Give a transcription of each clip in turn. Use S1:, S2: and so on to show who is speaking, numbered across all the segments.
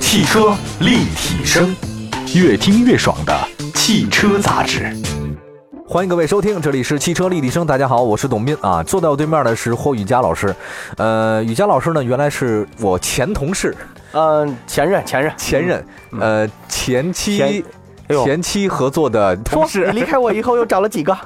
S1: 汽车立体声，越听越爽的汽车杂志。
S2: 欢迎各位收听，这里是汽车立体声。大家好，我是董斌啊，坐在我对面的是霍宇佳老师。呃，宇佳老师呢，原来是我前同事、
S3: 嗯，前任前任
S2: 前任，
S1: 嗯
S2: 呃，前
S3: 前
S2: 期
S3: 哎呦
S2: 前期合作的同
S3: 说
S2: 事，
S3: 你离开我以后又找了几个？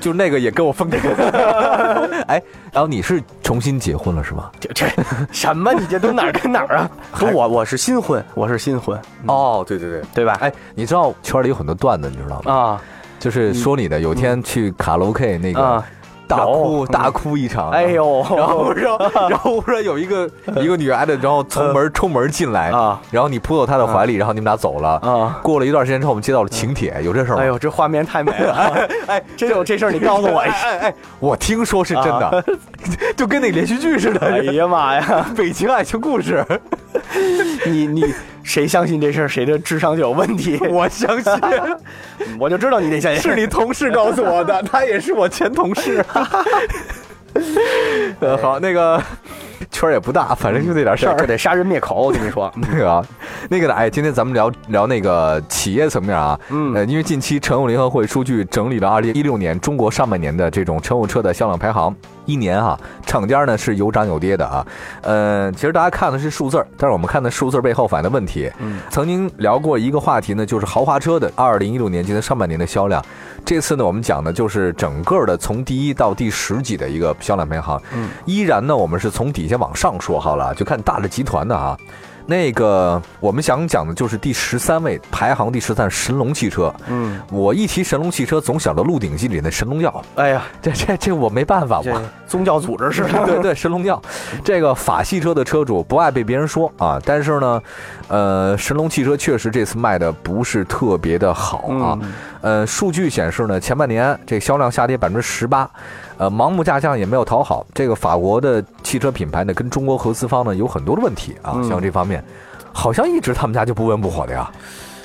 S2: 就那个也跟我分开 了。哎，然后你是重新结婚了是吧？
S3: 这这什么？你这都哪儿跟哪儿 啊？不，我我是新婚，我是新婚，
S2: 哦，对对对。
S3: 对吧？
S2: 哎，你知道圈里有很多段子，你知道吗？
S3: 啊
S2: 就是说你的，有天去卡拉 OK 那个
S3: 啊！
S2: 大
S3: 有
S2: 哭
S3: 嗯
S2: 大哭一场，
S3: 哎呦，
S2: 然后，然后， 然后忽然有一个一个女孩子，然后从门冲门进来
S3: 啊，
S2: 然后你扑到她的怀里，然后你们俩走了。
S3: 啊！
S2: 过了一段时间之后，我们接到了请帖，有这事儿
S3: 哎
S2: 吗？
S3: 呦，这画面太美 了！
S2: 哎，
S3: 这有这事儿你告诉 我一
S2: 哎
S3: 下。
S2: 哎哎，我听说是真的， 就跟那连续剧似
S3: 哎
S2: 的，
S3: 呀妈呀！
S2: 北京爱情故事》，
S3: 你你谁相信这事儿，谁的智商就有问 题。
S2: 我相信
S3: 我就知道你得相 信。
S2: 是你同事告诉我 的，他也是我前同事。呃，好，那个圈儿也不大，反正就那点事
S3: 这
S2: 儿
S3: 这。得杀人灭口，我跟你说。
S2: 那 个啊，那个呢，哎，今天咱们聊聊那个企业层面啊，
S3: 嗯
S2: 呃，因为近期乘用联合会数据整理了二零一六年中国上半年的这种乘用车的销量排行，一年啊，厂家呢是有涨有跌的啊，呃，其实大家看的是数字儿，但是我们看的数字儿背后反映的问题，
S3: 嗯
S2: 曾经聊过一个话题呢，就是豪华车的二零一六年今年上半年的销量，这次呢我们讲的就是整个的从第一到第十几的一个销量排行，
S3: 嗯
S2: 依然呢我们是从底下往上说好了，就看大的集团的啊。那个，我们想讲的就是第十三位排行第十三神龙汽车。
S3: 嗯，
S2: 我一提神龙汽车，总想到《鹿鼎记》里那神龙药，
S3: 哎呀，
S2: 这这这我没办法，
S3: 这
S2: 我
S3: 宗教组织似 的。
S2: 对 对神龙药。这个法系车的车主不爱被别人说啊，但是呢，呃，神龙汽车确实这次卖的不是特别的好啊。
S3: 嗯
S2: 呃，数据显示呢，前半年这销量下跌百分之十八，呃，盲目下降也没有讨好。这个法国的汽车品牌呢，跟中国合资方呢有很多的问题啊，
S3: 嗯
S2: 像这方面，好像一直他们家就不温不火的呀。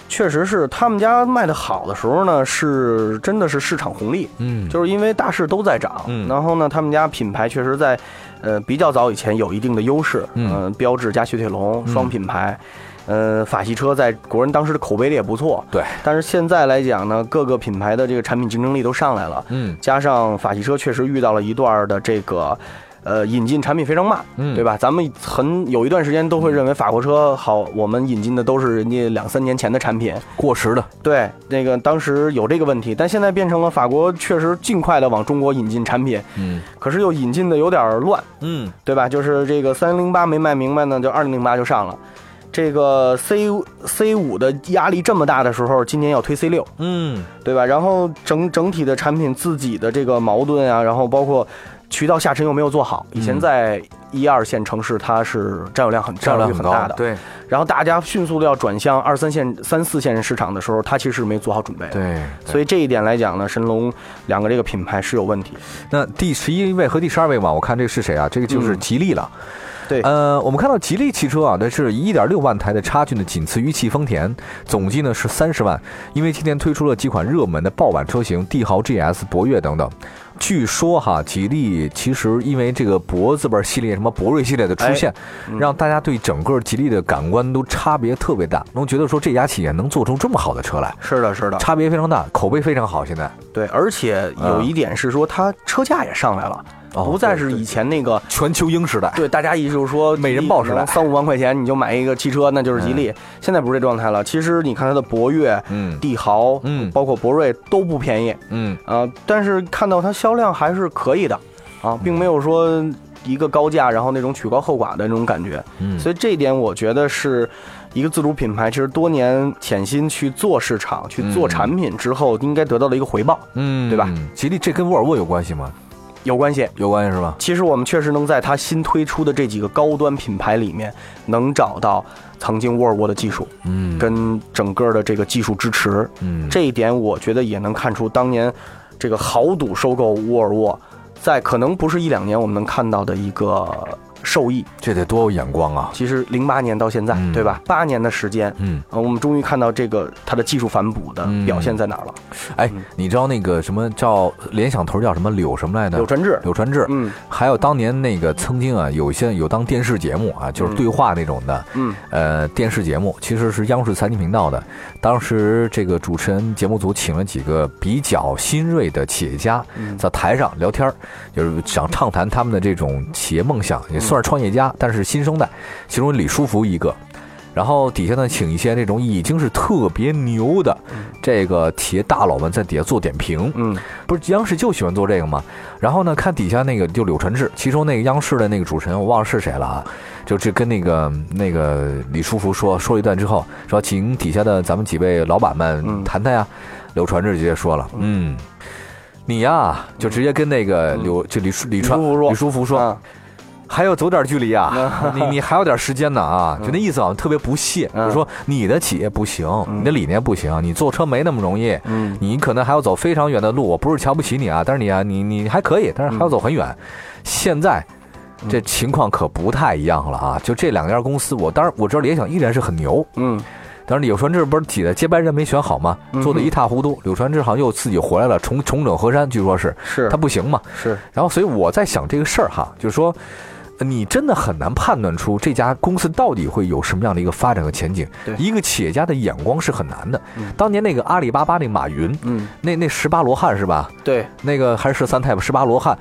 S3: 确实是他们家卖的好的时候呢，是真的是市场红利，
S2: 嗯
S3: 就是因为大势都在涨，
S2: 嗯
S3: 然后呢，他们家品牌确实在，呃，比较早以前有一定的优势，
S2: 嗯
S3: 呃标志加雪铁龙
S2: 嗯
S3: 双品牌，呃，法系车在国人当时的口碑也不错，
S2: 对，
S3: 但是现在来讲呢，各个品牌的这个产品竞争力都上来了，
S2: 嗯
S3: 加上法系车确实遇到了一段儿的这个。呃，引进产品非常慢，
S2: 嗯
S3: 对吧？咱们很有一段时间都会认为法国车好，我们引进的都是人家两三年前的产品，
S2: 过时的，
S3: 对，那个当时有这个问题，但现在变成了法国确实尽快的往中国引进产品，
S2: 嗯
S3: 可是又引进的有点儿乱，
S2: 嗯
S3: 对吧？就是这个三零八没卖明白呢，就二零零八就上了。这个 C C 五的压力这么大的时候，今年要推 C 六，
S2: 嗯
S3: 对吧？然后整整体的产品自己的这个矛盾啊，然后包括渠道下沉又没有做好。以前
S2: 嗯
S3: 在一二线城市，它是占有量很占有率很大的，
S2: 对
S3: 然后大家迅速的要转向二三线、三四线市场的时候，它其实是没做好准备的。
S2: 对。
S3: 所以这一点来讲呢，神龙两个这个品牌是有问题。
S2: 那第十一位和第十二位嘛，我看这个是谁啊？这个就是
S3: 嗯
S2: 吉利了。
S3: 对
S2: 呃，我们看到吉利汽车啊，那是一点六万台的差距呢，仅次于汽丰田，总计呢是三十万。因为今年推出了几款热门的爆版车型，帝豪 GS、博越等等。据说哈，吉利其实因为这个博字辈系列，什么博瑞系列的出现，
S3: 嗯
S2: 让大家对整个吉利的感官都差别特别大，能觉得说这家企业能做出这么好的车来，
S3: 是的，是的，
S2: 差别非常大，口碑非常好。现在
S3: 对，而且有一点是说，它车价也上来了，
S2: 哦
S3: 不再
S2: 对
S3: 是以前那个。
S2: 全球鹰时代，
S3: 对，大家一就是说，
S2: 美人豹时代
S3: 三五万块钱你就买一个汽车，那就是吉利。现在不是这状态了。其实你看它的博越、
S2: 嗯
S3: 帝豪，
S2: 嗯
S3: 包括博瑞都不便宜，
S2: 嗯
S3: 呃，但是看到它销量还是可以的，
S2: 嗯
S3: 啊，并没有说一个高价，然后那种曲高和寡的那种感觉。
S2: 嗯，
S3: 所以这一点我觉得是一个自主品牌，其实多年潜心去做市场、去做产品之后，应该得到的一个回报
S2: 嗯，
S3: 对吧？
S2: 吉利这跟沃尔沃有关系吗？
S3: 有关系。
S2: 有关系是吧？
S3: 其实我们确实能在它新推出的这几个高端品牌里面，能找到曾经沃尔沃的技术
S2: 嗯
S3: 跟整个的这个技术支持。
S2: 嗯
S3: 这一点我觉得也能看出当年这个豪赌收购沃尔沃，在可能不是一两年我们能看到的一个受益。
S2: 这得多有眼光啊！
S3: 其实零八年到现在，
S2: 嗯
S3: 对吧？八年的时间，
S2: 嗯，
S3: 呃，我们终于看到这个它的技术反哺的表现在哪儿了。
S2: 哎
S3: 嗯，
S2: 你知道那个什么叫联想头叫什么柳什么来的？
S3: 柳传志，
S2: 柳传志，
S3: 嗯
S2: 还有当年那个曾经啊，有一些有当电视节目啊，就是对话那种的，
S3: 嗯
S2: 呃，电视节目其实是央视财经频道的。当时这个主持人节目组请了几个比较新锐的企业家，
S3: 嗯
S2: 在台上聊天儿，就是想畅谈他们的这种企业梦想，也算是创业家，但是新生代，其中李书福一个。然后底下呢，请一些那种已经是特别牛的这个企业大佬们在底下做点评，
S3: 嗯
S2: 不是央视就喜欢做这个吗？然后呢，看底下那个就柳传志，其中那个央视的那个主持人我忘了是谁了啊，就这跟那个那个李书福说说了一段之后，说请底下的咱们几位老板们
S3: 嗯
S2: 谈谈呀。柳传志直接说了，嗯，你呀、就直接跟那个
S3: 嗯
S2: 柳就李书李传
S3: 书福说
S2: 李书福说，
S3: 啊
S2: 还要走点距离啊，你你还有点时间呢 啊，就那意思好像特别不屑，
S3: 嗯
S2: 就说你的企业不行，
S3: 嗯
S2: 你的理念不行，你坐车没那么容易，
S3: 嗯
S2: 你可能还要走非常远的路。我不是瞧不起你啊，但是你啊，你你还可以，但是还要走很远。
S3: 嗯
S2: 现在这情况可不太一样了啊！就这两家公司，我当然我知道联想依然是很牛，
S3: 嗯
S2: 但是柳传志不是挤的接班人没选好吗？
S3: 嗯哼
S2: 做的一塌糊涂。柳传志好像又自己回来了，重重整河山，据说是
S3: 是
S2: 他不行嘛。
S3: 是
S2: 然后，所以我在想这个事儿哈，就是说，呃你真的很难判断出这家公司到底会有什么样的一个发展和前景
S3: 对。
S2: 一个企业家的眼光是很难的
S3: 嗯。
S2: 当年那个阿里巴巴那马云，
S3: 嗯
S2: 那那十八罗汉是吧？
S3: 对
S2: 那个还是十三太吧，十八罗汉。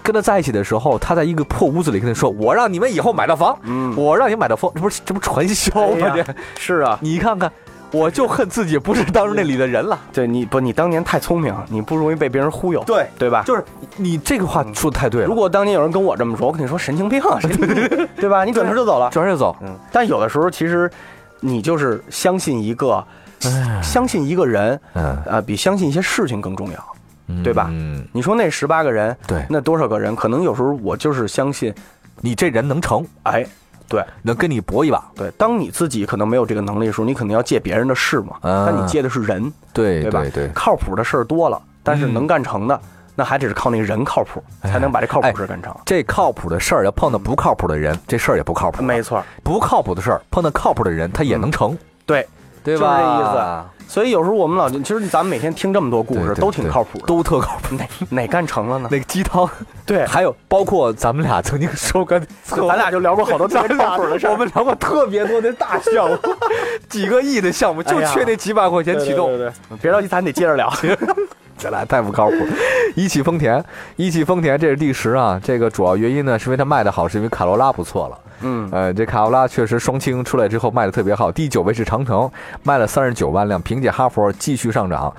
S2: 跟他在一起的时候，他在一个破屋子里跟他说：“我让你们以后买到房，
S3: 嗯
S2: 我让你买到房，这不是这不传销吗？
S3: 哎呀
S2: 这
S3: 是啊，
S2: 你看看，我就恨自己不是当时那里的人了。
S3: 对你不你当年太聪明了，你不容易被别人忽悠，
S2: 对
S3: 对吧？
S2: 就是你你这个话说的太对了。
S3: 嗯如果当年有人跟我这么说，我肯定说神经病， 啊，神经病，对吧？你转头就走了。
S2: 转身就走，
S3: 嗯，但有的时候其实你就是相信一个，相信一个人，
S2: 嗯，
S3: 呃，比相信一些事情更重要。对吧
S2: 嗯，
S3: 你说那十八个人，
S2: 对
S3: 那多少个人？可能有时候我就是相信，
S2: 你这人能成，
S3: 哎，对
S2: 能跟你搏一把。
S3: 对，当你自己可能没有这个能力的时候，你肯定要借别人的事嘛，
S2: 啊
S3: 但你借的是人，
S2: 对
S3: 对吧？
S2: 对，
S3: 靠谱的事儿多了，但是
S2: 嗯
S3: 能干成的，那还得是靠那人靠谱，才能把这靠
S2: 哎
S3: 谱事儿干成。
S2: 这靠谱的事儿要碰到不靠谱的人，这事儿也不靠谱。
S3: 没错儿，
S2: 不靠谱的事儿碰到靠谱的人，他也能成，
S3: 对。
S2: 嗯对
S3: 就是
S2: 吧？
S3: 这意所以有时候我们老，其实咱们每天听这么多故
S2: 对
S3: 事，
S2: 对
S3: 都挺
S2: 对
S3: 靠谱的。
S2: 都特靠谱。
S3: 哪哪干成了呢？
S2: 那个鸡汤，
S3: 对，
S2: 还有包括咱们俩曾经说过，
S3: 咱俩就聊过好多特别 靠谱的事
S2: 我
S3: 儿。
S2: 们聊过特别多的大项 目，几个亿的项目，就
S3: 哎呀
S2: 缺那几百块钱启动。
S3: 对，别着急，咱得接着 聊。
S2: 咱俩太不靠谱。一汽丰田，一汽丰田这是第十啊。这个主要原因呢，是因为它卖的好，是因为卡罗拉不错了。
S3: 嗯
S2: 呃，这卡罗拉确实双清出来之后卖的特别好。第九位是长城，卖了三十九万辆，凭借哈佛继续上涨。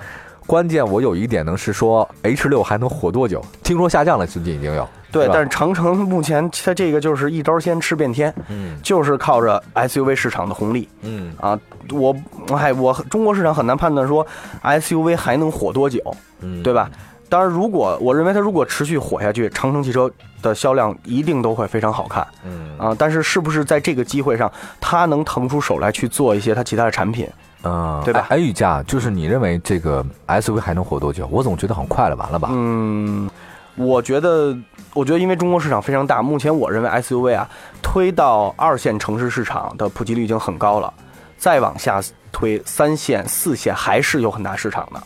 S2: 关键我有一点能是说 H 六还能火多久？听说下降了，最近已经有。
S3: 对，
S2: 吧
S3: 但是长城目前它这个就是一招鲜吃遍天，
S2: 嗯
S3: 就是靠着 SUV 市场的红利
S2: 嗯，
S3: 啊。我哎，我中国市场很难判断说 SUV 还能火多久，
S2: 嗯
S3: 对吧？当然，如果我认为它如果持续火下去，长城汽车的销量一定都会非常好看
S2: 嗯
S3: 啊。但是，是不是在这个机会上，它能腾出手来去做一些它其他的产品？
S2: 嗯
S3: 对吧
S2: 哎，哎雨佳，就是你认为这个 SUV 还能火多久？我总觉得很快了，完了吧？
S3: 嗯，我觉得，我觉得因为中国市场非常大，目前我认为 SUV 啊推到二线城市市场的普及率已经很高了，再往下推三线、四线还是有很大市场的。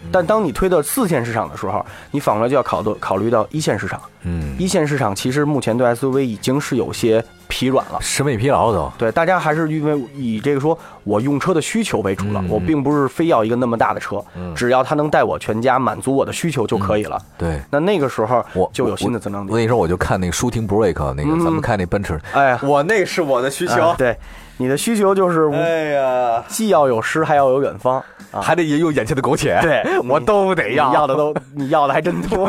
S2: 嗯
S3: 但当你推到四线市场的时候，你反过来就要考虑考虑到一线市场。
S2: 嗯，
S3: 一线市场其实目前对 SUV 已经是有些疲软了。
S2: 审美疲劳都。
S3: 对，大家还是因为以这个说我用车的需求为主了，
S2: 嗯
S3: 我并不是非要一个那么大的车，
S2: 嗯
S3: 只要它能带我全家，满足我的需求就可以了。
S2: 对，
S3: 那那个时候
S2: 我
S3: 就有新的增长
S2: 我
S3: 点。
S2: 那时候我就看那个舒婷 Break 那个，
S3: 嗯
S2: 咱们看那奔驰，
S3: 哎，
S2: 我那是我的需哎
S3: 啊对，你的需求就是无
S2: 呀，
S3: 既要有诗，还要有远方。啊
S2: 还得也有眼前的苟且，
S3: 对
S2: 哎我都得
S3: 你
S2: 要。
S3: 要的都，你要的还 真多。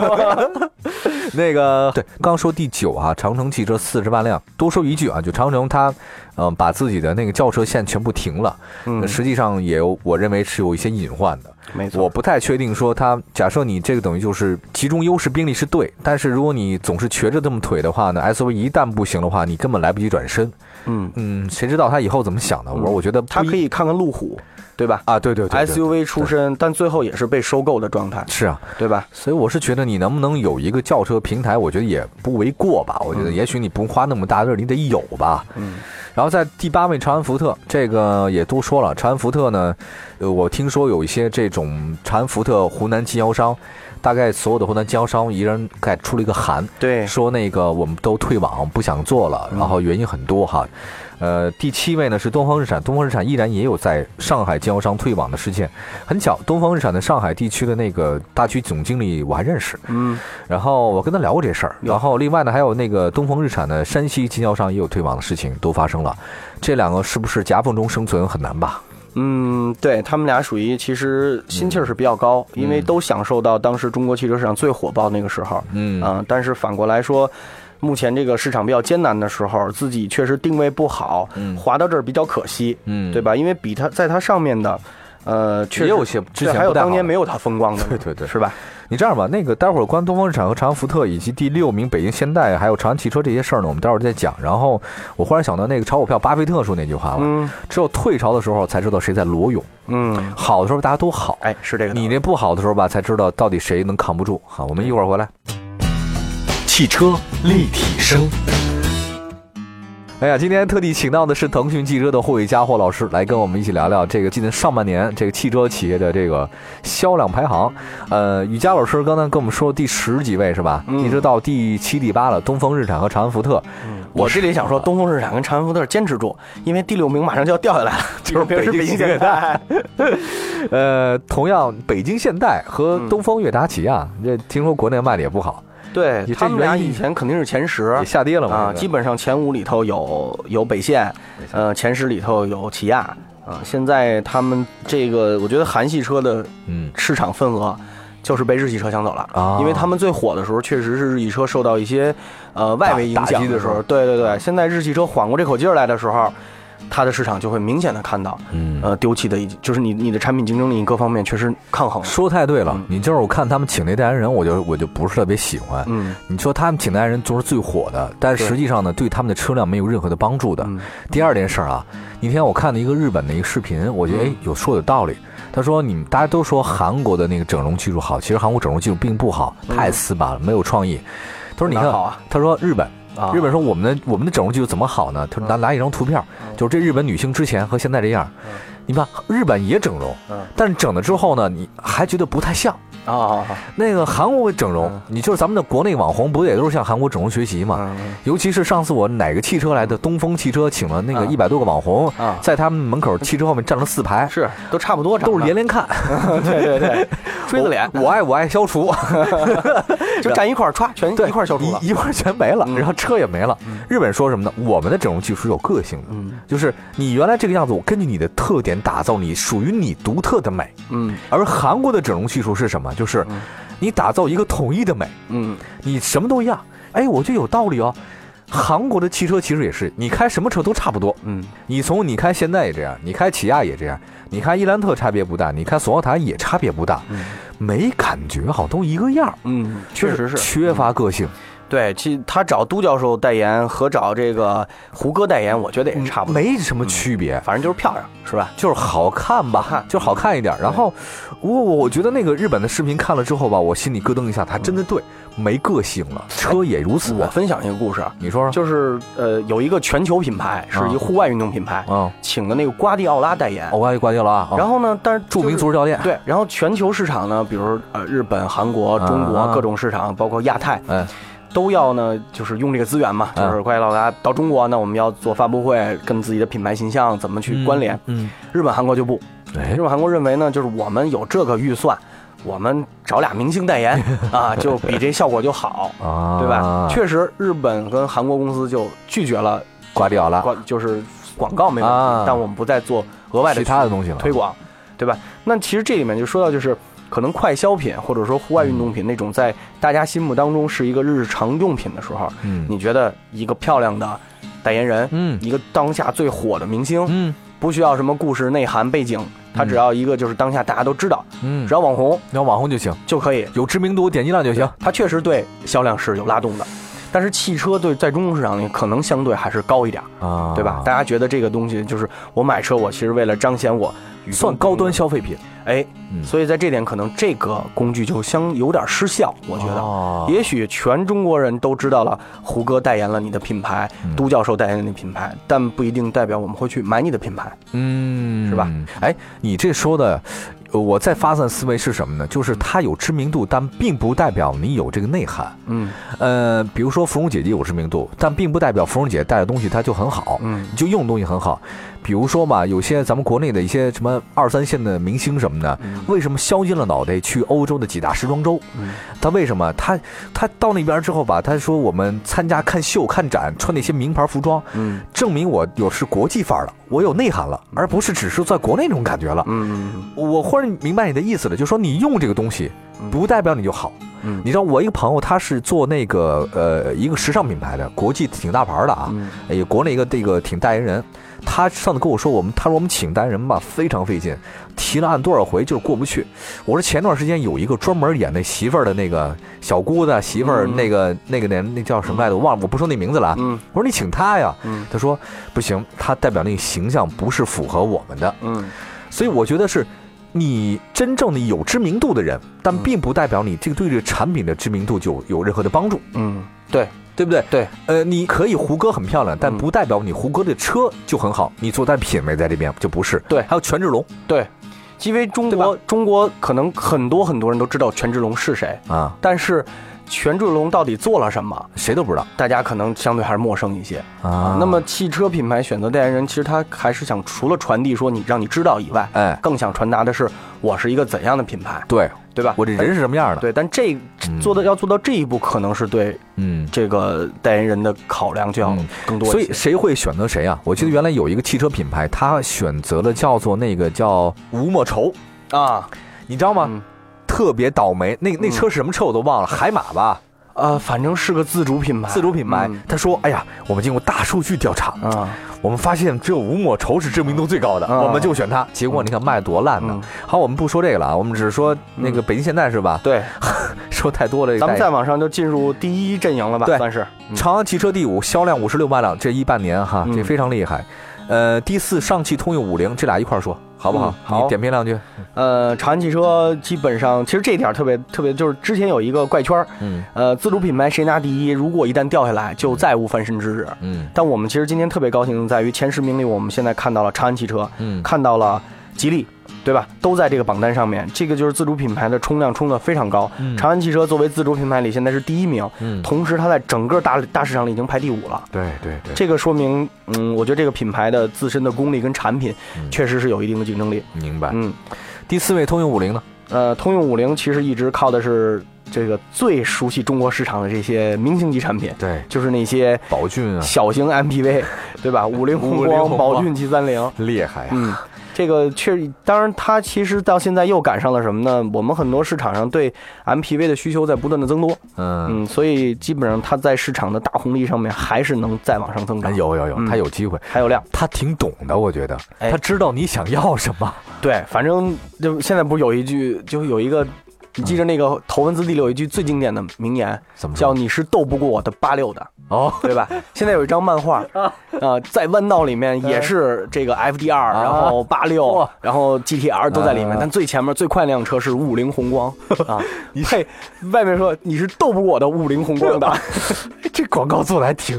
S2: 那个，对，刚说第九啊，长城汽车四十万辆。多说一句啊，就长城它，嗯、把自己的那个轿车线全部停了，
S3: 嗯
S2: 实际上也有，我认为是有一些隐患的。
S3: 没错
S2: 我不太确定说它，假设你这个等于就是集中优势兵力是对，但是如果你总是瘸着这么腿的话呢，SUV 一旦不行的话，你根本来不及转身。
S3: 嗯，
S2: 嗯，谁知道他以后怎么想的？我我觉得不
S3: 他
S2: 一
S3: 嗯可以看看路虎，对吧
S2: 啊，对对对对
S3: SUV 出身，但最后也是被收购的状态，
S2: 是啊，
S3: 对吧？
S2: 所以我是觉得你能不能有一个轿车平台，我觉得也不为过吧。我觉得也许你不花那么大劲儿，你得有吧。
S3: 嗯，
S2: 然后在第八位，长安福特这个也都说了，长安福特呢，呃，我听说有一些这种长安福特湖南经销商，大概所有的湖南经销商一人给出了一个函，
S3: 对，
S2: 说那个我们都退网不想做了，
S3: 嗯
S2: 然后原因很多哈。呃，第七位呢是东风日产，东风日产依然也有在上海经销商退网的事件。很巧，东风日产的上海地区的那个大区总经理我还认识，
S3: 嗯，
S2: 然后我跟他聊过这事儿。
S3: 有
S2: 然后另外呢，还有那个东风日产的山西经销商也有退网的事情都发生了，这两个是不是夹缝中生存很难吧？
S3: 嗯，对他们俩属于其实心气儿是比较高，
S2: 嗯
S3: 因为都享受到当时中国汽车市场最火爆那个时候。
S2: 嗯
S3: 啊但是反过来说，目前这个市场比较艰难的时候，自己确实定位不好，
S2: 嗯
S3: 滑到这儿比较可惜，
S2: 嗯
S3: 对？吧？因为比它在它上面的，呃，确实
S2: 也有些之
S3: 对
S2: 前
S3: 还有
S2: 不太
S3: 当
S2: 好
S3: 年
S2: 的
S3: 没有它风光的，
S2: 对对对
S3: 是吧？
S2: 你这样吧，那个待会儿关东风日产和长安福特以及第六名北京现代还有长安汽车这些事儿呢，我们待会儿再讲。然后我忽然想到那个炒股票巴菲特说那句话了，
S3: 嗯
S2: 只有退潮的时候才知道谁在裸泳，
S3: 嗯，
S2: 好的时候大家都好，
S3: 哎，是这个道理。
S2: 你这不好的时候吧，才知道到底谁能扛不住。好，我们一会儿回来。
S1: 汽车立体声，
S2: 哎呀，今天特地请到的是腾讯汽车的霍雨佳霍老师来跟我们一起聊聊这个今年上半年这个汽车企业的这个销量排行。呃，雨佳老师刚才跟我们说第十几位是吧？
S3: 嗯
S2: 一直到第七、第 八了，东风日产和长安福特。
S3: 我这里想
S2: 啊
S3: 说，东风日产跟长安福特坚持住，因为第六名马上就要掉下来了，
S2: 就是
S3: 别是
S2: 北
S3: 北
S2: 京现
S3: 京现代。
S2: 呃，同样，北京现代和
S3: 嗯
S2: 东风悦达起亚，这听说国内卖的也不好，
S3: 对
S2: 你这
S3: 他们俩
S2: 原因
S3: 以前肯定是前十
S2: 也下跌了嘛。
S3: 啊，
S2: 这个
S3: 基本上前五里头有有北线，呃，前十里头有起亚啊。现在他们这个，我觉得韩系车的
S2: 嗯
S3: 市场份额。就是被日系车抢走了
S2: 啊
S3: 因为他们最火的时候，确实是日系车受到一些呃外围影
S2: 打打
S3: 响
S2: 击的
S3: 的
S2: 时
S3: 时
S2: 候
S3: 候。对对对，现在日系车缓过这口气儿来的时候，它的市场就会明显的看到，
S2: 嗯，
S3: 呃丢弃的一，就是你你的产品竞争力各方面确实抗衡了。
S2: 说太对了
S3: 嗯。
S2: 你就是我看他们请那代言人，我就我就不是特别喜欢。
S3: 嗯
S2: 你说他们请代言人就是最火的，但
S3: 对
S2: 实际上呢，对他们的车辆没有任何的帮助的。
S3: 嗯
S2: 第二件事儿啊，那天我看了一个日本的一个视频，我觉得哎
S3: 嗯
S2: 有说有道理。他说你们大家都说韩国的那个整容技术好，其实韩国整容技术并不好，
S3: 嗯
S2: 太死板了，没有创意。他说你
S3: 哪
S2: 看
S3: 好啊，
S2: 他说日本。
S3: 啊，
S2: 日本说我们的我们的整容技术怎么好呢？他说拿拿一张图片儿，就是这日本女星之前和现在这样
S3: 嗯，
S2: 你看日本也整容
S3: 嗯，
S2: 但是整了之后呢，你还觉得不太像。
S3: 啊啊
S2: 那个韩国整容
S3: 嗯，
S2: 你就是咱们的国内网红，不也都是向韩国整容学习
S3: 啊
S2: 嘛？
S3: 啊
S2: 尤其是上次我哪个汽车来的，东风汽车请了那个
S3: 啊
S2: 一百多个网红，
S3: 啊，
S2: 在他们门口汽车后面站了四排，
S3: 是都差不多长得，
S2: 都是连连 看，
S3: 对对对， 锥子嗯脸
S2: 我我爱我爱消 除，
S3: 就站一块儿，歘，全
S2: 对，
S3: 一块儿消除了
S2: 一。一块儿全没了，
S3: 嗯
S2: 然后车也没了
S3: 嗯。
S2: 日本说什么呢？我们的整容技术是有个性的。
S3: 嗯
S2: 就是你原来这个样子，我根据你的特点打造你属于你独特的美。
S3: 嗯
S2: 而韩国的整容技术是什么？就是
S3: 嗯
S2: 你打造一个统一的美，
S3: 嗯，
S2: 你什么都一样。哎，我觉得有道理哦。韩国的汽车其实也是，你开什么车都差不多。
S3: 嗯，
S2: 你从你开现代也这样，你开起亚也这样，你开伊兰特差别不大，你开索纳塔也差别不大，
S3: 嗯
S2: 没感觉好，都一个样儿。
S3: 嗯，确实是嗯
S2: 缺乏个性，
S3: 对。其实他找都教授代言和找这个胡歌代言，我觉得也嗯差不多，
S2: 没什么区别。
S3: 反正就是漂亮，是吧？
S2: 就是好看吧，
S3: 看
S2: 就是好看一点。然后我我我觉得那个日本的视频看了之后吧，我心里咯噔一下，还真的对，没个性了，车也如此。啊
S3: 我分享一个故事，
S2: 你说说，
S3: 就是呃，有一个全球品牌，是一个户外运动品牌，
S2: 嗯，
S3: 请的那个瓜迪奥拉代言
S2: 我。关于挂掉了啊。
S3: 然
S2: 后
S3: 后呢，但是
S2: 著名
S3: 就是
S2: 足球教练，
S3: 对，然后全球市场呢，比如呃日本、韩国、中国、
S2: 啊
S3: 各种市场，包括亚太，
S2: 哎，
S3: 都要呢，就是用这个资源嘛，
S2: 嗯
S3: 就是快乐大家到中国呢，我们要做发布会，跟自己的品牌形象怎么去关联。
S2: 嗯，
S3: 日本、韩国就不，
S2: 哎
S3: 日，本、韩国认为呢，就是我们有这个预算，我们找俩明星代 言啊，就比这效果就好，
S2: 啊，
S3: 对吧？确实，日本跟韩国公司就拒绝了
S2: 挂掉了，
S3: 广，就是广告没问
S2: 啊
S3: 题，但我们不再做额外的
S2: 其他的东西了，
S3: 推广，对吧？那其实这里面就说到就是。可能快消品或者说户外运动品那种，在大家心目当中是一个日常用品的时候，
S2: 嗯，
S3: 你觉得一个漂亮的代言人，
S2: 嗯
S3: 一个当下最火的明星，
S2: 嗯
S3: 不需要什么故事内涵背景，它只要一个就是当下大家都知道，
S2: 嗯
S3: 只，要网红
S2: 要网红就行，
S3: 就可以。
S2: 有知名度、点击量就行。
S3: 它确实对销量是有拉动的，但是汽车对在中国市场里可能相对还是高一点儿，
S2: 啊，
S3: 对吧？大家觉得这个东西就是我买车，我其实为了彰显我与众
S2: 算
S3: 不同
S2: 高端消费品，
S3: 哎，
S2: 嗯
S3: 所以在这点可能这个工具就相有点失效，我觉得。
S2: 哦
S3: 也许全中国人都知道了胡歌代言了你的品牌，
S2: 嗯
S3: 都教授代言了你的品牌，但不一定代表我们会去买你的品牌。
S2: 嗯，
S3: 是吧？
S2: 哎，你这说的，呃我在发散思维是什么呢？就是它有知名度，但并不代表你有这个内涵。
S3: 嗯
S2: 呃，比如说芙蓉姐姐有知名度，但并不代表芙蓉姐带的东西它就很好，
S3: 嗯
S2: 你就用东西很好。比如说嘛，有些咱们国内的一些什么二三线的明星什么的，
S3: 嗯
S2: 为什么削尖了脑袋去欧洲的几大时装周？
S3: 嗯
S2: 他为什么？他他到那边之后吧，他说我们参加看秀看展，穿那些名牌服装，
S3: 嗯
S2: 证明我有是国际范儿了，我有内涵了，而不是只是在国内那种感觉了。
S3: 嗯
S2: 我忽然明白你的意思了，就是说你用这个东西，不代表你就好。
S3: 嗯
S2: 你知道我一个朋友，他是做那个呃一个时尚品牌的，国际挺大牌的啊，
S3: 嗯
S2: 也国内一个这个挺代言人。他上次跟我说，我们他说我们请代言人吧，非常费劲，提了案多少回就是过不去。我说前段时间有一个专门演那媳妇儿的那个小姑子媳妇儿
S3: 嗯
S2: 那个、那个人那叫什么来着？我忘了，我不说那名字了啊。
S3: 嗯
S2: 我说你请他呀，
S3: 嗯
S2: 他说不行，他代表那个形象不是符合我们的。
S3: 嗯
S2: 所以我觉得是，你真正的有知名度的人，但
S3: 嗯
S2: 并不代表你这个对这个产品的知名度就有有任何的帮助，
S3: 嗯，对
S2: 对不对？
S3: 对，
S2: 呃，你可以胡歌很漂亮，但
S3: 嗯
S2: 不代表你胡歌的车就很好，你做但品味在这边就不是。
S3: 对
S2: 还有权志龙
S3: 对，因为中
S2: 对
S3: 国中国可能很多很多人都知道权志龙是谁，
S2: 啊，
S3: 但是权志龙到底做了什么，
S2: 谁都不知道
S3: 大家可能相对还是陌生一些。
S2: 啊
S3: 那么，汽车品牌选择代言人，其实他还是想除了传递说你让你知道以外，
S2: 哎，
S3: 更想传达的是我是一个怎样的品牌，
S2: 对
S3: 对吧？
S2: 我这人是什么样的？，
S3: 哎对，但这
S2: 嗯
S3: 做的要做到这一步，可能是对
S2: 嗯。
S3: 这个代言人的考量就要
S2: 嗯
S3: 更多
S2: 所
S3: 一
S2: 以
S3: 些。
S2: 谁会选择谁啊？我记得原来有一个汽车品牌，它选择了叫做那个叫吴莫愁，
S3: 啊，
S2: 你知道吗？
S3: 嗯
S2: 特别倒霉，那那车是什么车我都忘了，海马吧，
S3: 呃，反正是个自主品牌，
S2: 自主品牌。嗯
S3: 嗯
S2: 他说：“哎呀，我们经过大数据调查，
S3: 啊，
S2: 我们发现只有吴莫愁是知名度最高的，
S3: 嗯
S2: 我们就选它。结果你看卖多烂呢。
S3: 嗯
S2: 好，我们不说这个了啊，我们只是说那个北京现代是吧？
S3: 对，
S2: 说太多了。
S3: 咱们
S2: 代
S3: 再往上就进入第一阵营了吧，
S2: 对
S3: 算是。嗯
S2: 长安汽车第五，销量五十六万辆，这一半年哈，
S3: 嗯
S2: 这非常厉害。呃，第四上汽通用五菱，这俩一块儿说好不好
S3: 嗯？好
S2: 你点评两句。
S3: 呃，长安汽车基本上，其实这一点特别特别，就是之前有一个怪圈儿，
S2: 嗯
S3: 呃，自主品牌谁拿第一，如果一旦掉下来，就再无翻身之日。
S2: 嗯
S3: 但我们其实今天特别高兴，在于前十名里，我们现在看到了长安汽车，
S2: 嗯，
S3: 看到了吉利，对吧？都在这个榜单上面，这个就是自主品牌的冲量冲得非常高。
S2: 嗯
S3: 长安汽车作为自主品牌里现在是第一名，
S2: 嗯，
S3: 同时它在整个大大市场里已经排第五了。
S2: 对对对，
S3: 这个说明，嗯，我觉得这个品牌的自身的功力跟产品
S2: 嗯哎
S3: 确实是有一定的竞争力。
S2: 明白。
S3: 嗯，
S2: 第四位通用五菱呢？
S3: 呃，通用五菱其实一直靠的是这个最熟悉中国市场的这些明星级产品，
S2: 对，
S3: 就是那些
S2: 宝骏啊，
S3: 小型 MPV，对吧？五菱宏
S2: 五菱
S3: 光、
S2: 宏光
S3: 宝骏 G 三零，
S2: 厉害呀。
S3: 嗯，这个确，当然它其实到现在又赶上了什么呢？我们很多市场上对 MPV 的需求在不断的增多，
S2: 嗯。
S3: 嗯，所以基本上它在市场的大红利上面还是能再往上增
S2: 哎
S3: 长，
S2: 有有有，
S3: 嗯
S2: 他有机会，
S3: 还有量。
S2: 他挺懂的，我觉得，
S3: 哎
S2: 他知道你想要什么。
S3: 对，反正就现在不是有一句，就有一个。你记着
S2: 嗯
S3: 那个头文字 D 里有一句最经典的名言，
S2: 怎么
S3: 叫“
S2: 说？
S3: 你是斗不过我的八六的”，
S2: 哦，
S3: 对吧？现在有一张漫画，啊，在弯道里面也是这个 FDR，
S2: 啊
S3: 然后八六
S2: 哇，
S3: 然后 GTR 都在里面
S2: 啊，
S3: 但最前面最快那辆车是五菱 宏光啊，配外面说你是斗不过我的五菱宏 光的，啊
S2: 这广告做的还挺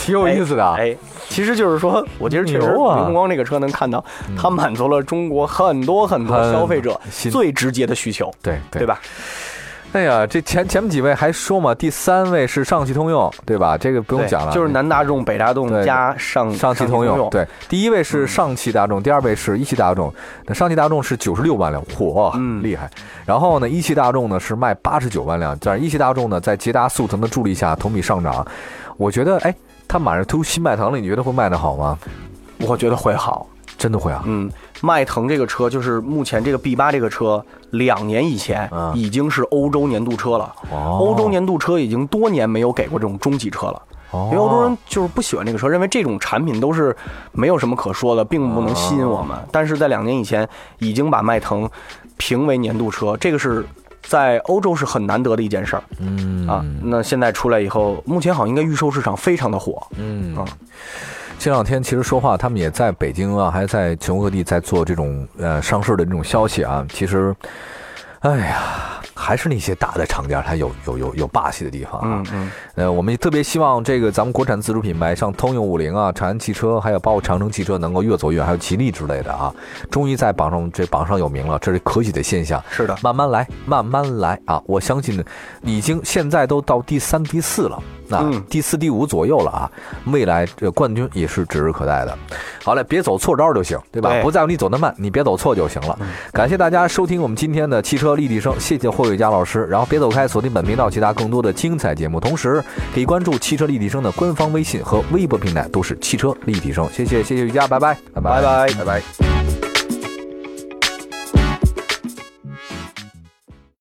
S2: 挺有意思的啊。
S3: 哎，其实就是说，我觉得确实
S2: 牛
S3: 五
S2: 啊嗯
S3: 菱宏光这个车能看到，它满足了中国很多很多
S2: 很
S3: 消费者
S2: 新
S3: 最直接的需求，
S2: 对对
S3: 对？吧？
S2: 哎呀，这前前面几位还说嘛，第三位是上汽通用，对吧？这个不用
S3: 对
S2: 讲了，
S3: 就是南大众、北大
S2: 对
S3: 众加上
S2: 上汽通用。，对，第一位
S3: 嗯
S2: 是上汽大众，第二位是一汽大众。那上汽大众是九十六万辆，嚯，
S3: 嗯
S2: 厉害！然后呢，一汽大众呢是卖八十九万辆，但是一汽大众呢在捷达速腾的助力下同比上涨。我觉得，哎，它马上推出新迈腾了，你觉得会卖得好吗？
S3: 我觉得会好。
S2: 真的会啊？
S3: 嗯，迈腾这个车就是目前这个 B 八这个车，两年以前
S2: 啊
S3: 嗯已经是欧洲年度车了。
S2: 哦
S3: 欧洲年度车已经多年没有给过这种中级车了。
S2: 哦
S3: 因为欧洲人就是不喜欢这个车，认为这种产品都是没有什么可说的，并不能吸引我们。
S2: 哦
S3: 但是在两年以前，已经把迈腾评为年度车，这个是在欧洲是很难得的一件事儿
S2: 嗯
S3: 啊。那现在出来以后，目前好像应该预售市场非常的火，
S2: 嗯
S3: 啊
S2: 这两天其实说话，他们也在北京啊，还在全国各地在做这种呃上市的这种消息啊。其实，哎呀，还是那些大的厂家，它有有有有霸气的地方啊
S3: 嗯。嗯，
S2: 呃，我们也特别希望这个咱们国产自主品牌，像通用五菱啊、长安汽车，还有包括长城汽车，能够越走越远，还有吉利之类的啊，终于在榜上这榜上有名了，这是可喜的现象。
S3: 是的，
S2: 慢慢来，慢慢来啊！我相信，已经现在都到第三、第四了，那、
S3: 嗯
S2: 第四、第五左右了啊！未来这冠军也是指日可待的。好嘞，别走错招就行，对吧？
S3: 对嗯
S2: 不在乎你走得慢，你别走错就行了。感谢大家收听我们今天的汽车立体声，谢谢霍雨佳老师。然后别走开，锁定本频道其他更多的精彩节目，同时可以关注汽车立体声的官方微信和微博平台，都是汽车立体声。谢谢，谢谢雨佳，拜拜，拜
S3: 拜
S2: 拜
S3: 拜
S2: 拜。